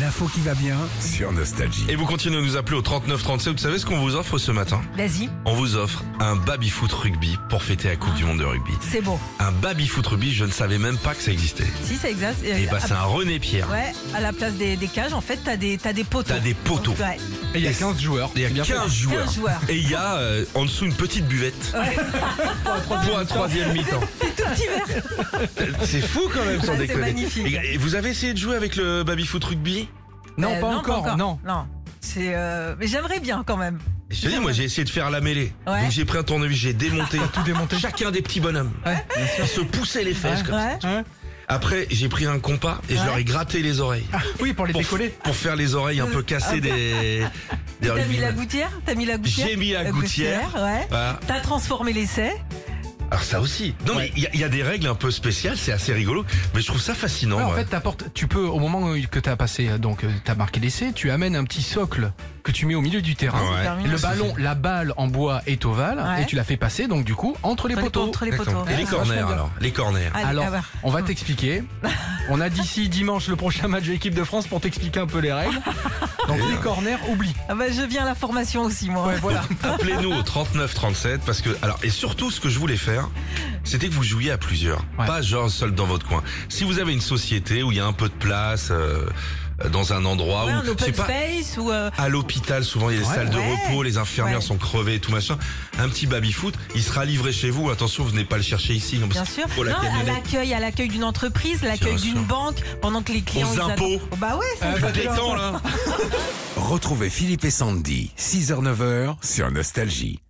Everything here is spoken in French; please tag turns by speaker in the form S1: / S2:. S1: L'info qui va bien.
S2: sur Nostalgie.
S3: Et vous continuez à nous appeler au 3937. Vous savez ce qu'on vous offre ce matin
S4: Vas-y,
S3: On vous offre un baby-foot rugby pour fêter la Coupe du Monde de rugby.
S4: c'est beau.
S3: Un baby-foot rugby, je ne savais même pas que ça existait.
S4: Si, ça existe. Ah,
S3: Et bah, c'est un René Pierre.
S4: Ouais, à la place des, des cages, en fait, t'as des, t'as des poteaux.
S3: T'as des poteaux.
S4: Ouais,
S1: Et il y a 15 joueurs.
S3: Il y a 15 joueurs.
S4: 15 joueurs.
S3: Et il y a euh, en dessous une petite buvette. Pour un troisième mi-temps.
S4: C'est tout petit verre.
S3: C'est fou quand même, sans
S4: Ouais, c'est
S3: déconner.
S4: magnifique.
S3: Et vous avez essayé de jouer avec le baby-foot rugby
S1: Non,
S4: Euh,
S1: pas, encore, Non.
S4: Non. C'est. euh, Mais j'aimerais bien quand même.
S3: Je te dis, moi j'ai essayé de faire la mêlée.
S4: Ouais.
S3: Donc j'ai pris un tournevis, j'ai démonté
S1: Tout démonté.
S3: chacun des petits bonhommes. Ils se poussaient les fesses comme ça.
S4: Ouais.
S1: Hein
S3: Après, j'ai pris un compas et je
S4: Ouais.
S3: leur ai gratté les oreilles.
S1: Ah, oui, pour les
S3: Pour,
S1: décoller.
S3: pour faire les oreilles un peu cassées des, des
S4: Ah. T'as mis la
S3: rugbymen.
S4: gouttière T'as mis la gouttière
S3: Ah J'ai mis la gouttière.
S4: ouais.
S3: Voilà.
S4: T'as transformé l'essai.
S3: Alors ça aussi. Non mais il y a- il y, a des règles un peu spéciales, c'est assez rigolo, mais je trouve ça fascinant.
S1: Ouais, en
S3: moi.
S1: fait, t'apportes- tu peux, au moment où- que t'as passé, euh, donc, euh, t'as marqué l'essai, tu amènes un petit socle que tu mets au milieu du terrain.
S3: Ouais.
S4: Terminé.
S1: Le ballon, la balle en bois est ovale,
S4: Ouais.
S1: et tu la fais passer, donc, du coup, entre les
S4: Entre les
S1: poteaux.
S4: poteaux, les
S3: Exactement.
S4: poteaux. Ah,
S3: Et les
S4: Ouais.
S3: corners
S1: Vachement bien.
S3: alors, les corners.
S4: Allez, ah bah.
S1: Alors,
S4: à voir.
S1: on va t'expliquer. On a d'ici dimanche le prochain match de l'équipe de France pour t'expliquer un peu les règles. Donc les corners, oublie.
S4: Ah bah, je viens à la formation aussi, moi.
S3: bah,
S1: Ouais, voilà.
S3: Appelez-nous au 39 37 parce que alors et surtout ce que je voulais faire, c'était que vous jouiez à plusieurs,
S1: Ouais.
S3: pas genre seul dans votre coin. Si vous avez une société où il y a un peu de place euh, dans un endroit
S4: Ouais,
S3: où
S4: un
S3: je sais
S4: open
S3: pas
S4: space ou. euh,
S3: à l'hôpital, souvent il y a des
S1: Ouais.
S3: salles de
S4: Ouais.
S3: repos, les infirmières
S4: Ouais.
S3: sont crevées et tout machin. Un petit baby foot, il sera livré chez vous. Attention, venez pas le chercher ici. non,
S4: Bien
S3: parce que-
S4: sûr.
S3: Oh, la
S4: non, à
S3: camionnette.
S4: l'accueil, à l'accueil d'une entreprise, l'accueil
S3: Bien sûr.
S4: d'une banque, pendant que les clients.
S3: Aux
S4: ils
S3: impôts. Ah,
S4: attendent. Oh, Bah ouais, c'est
S1: Euh,
S4: ça.
S3: Des temps, là.
S2: Retrouvez Philippe et Sandy, 6h-9h sur Nostalgie.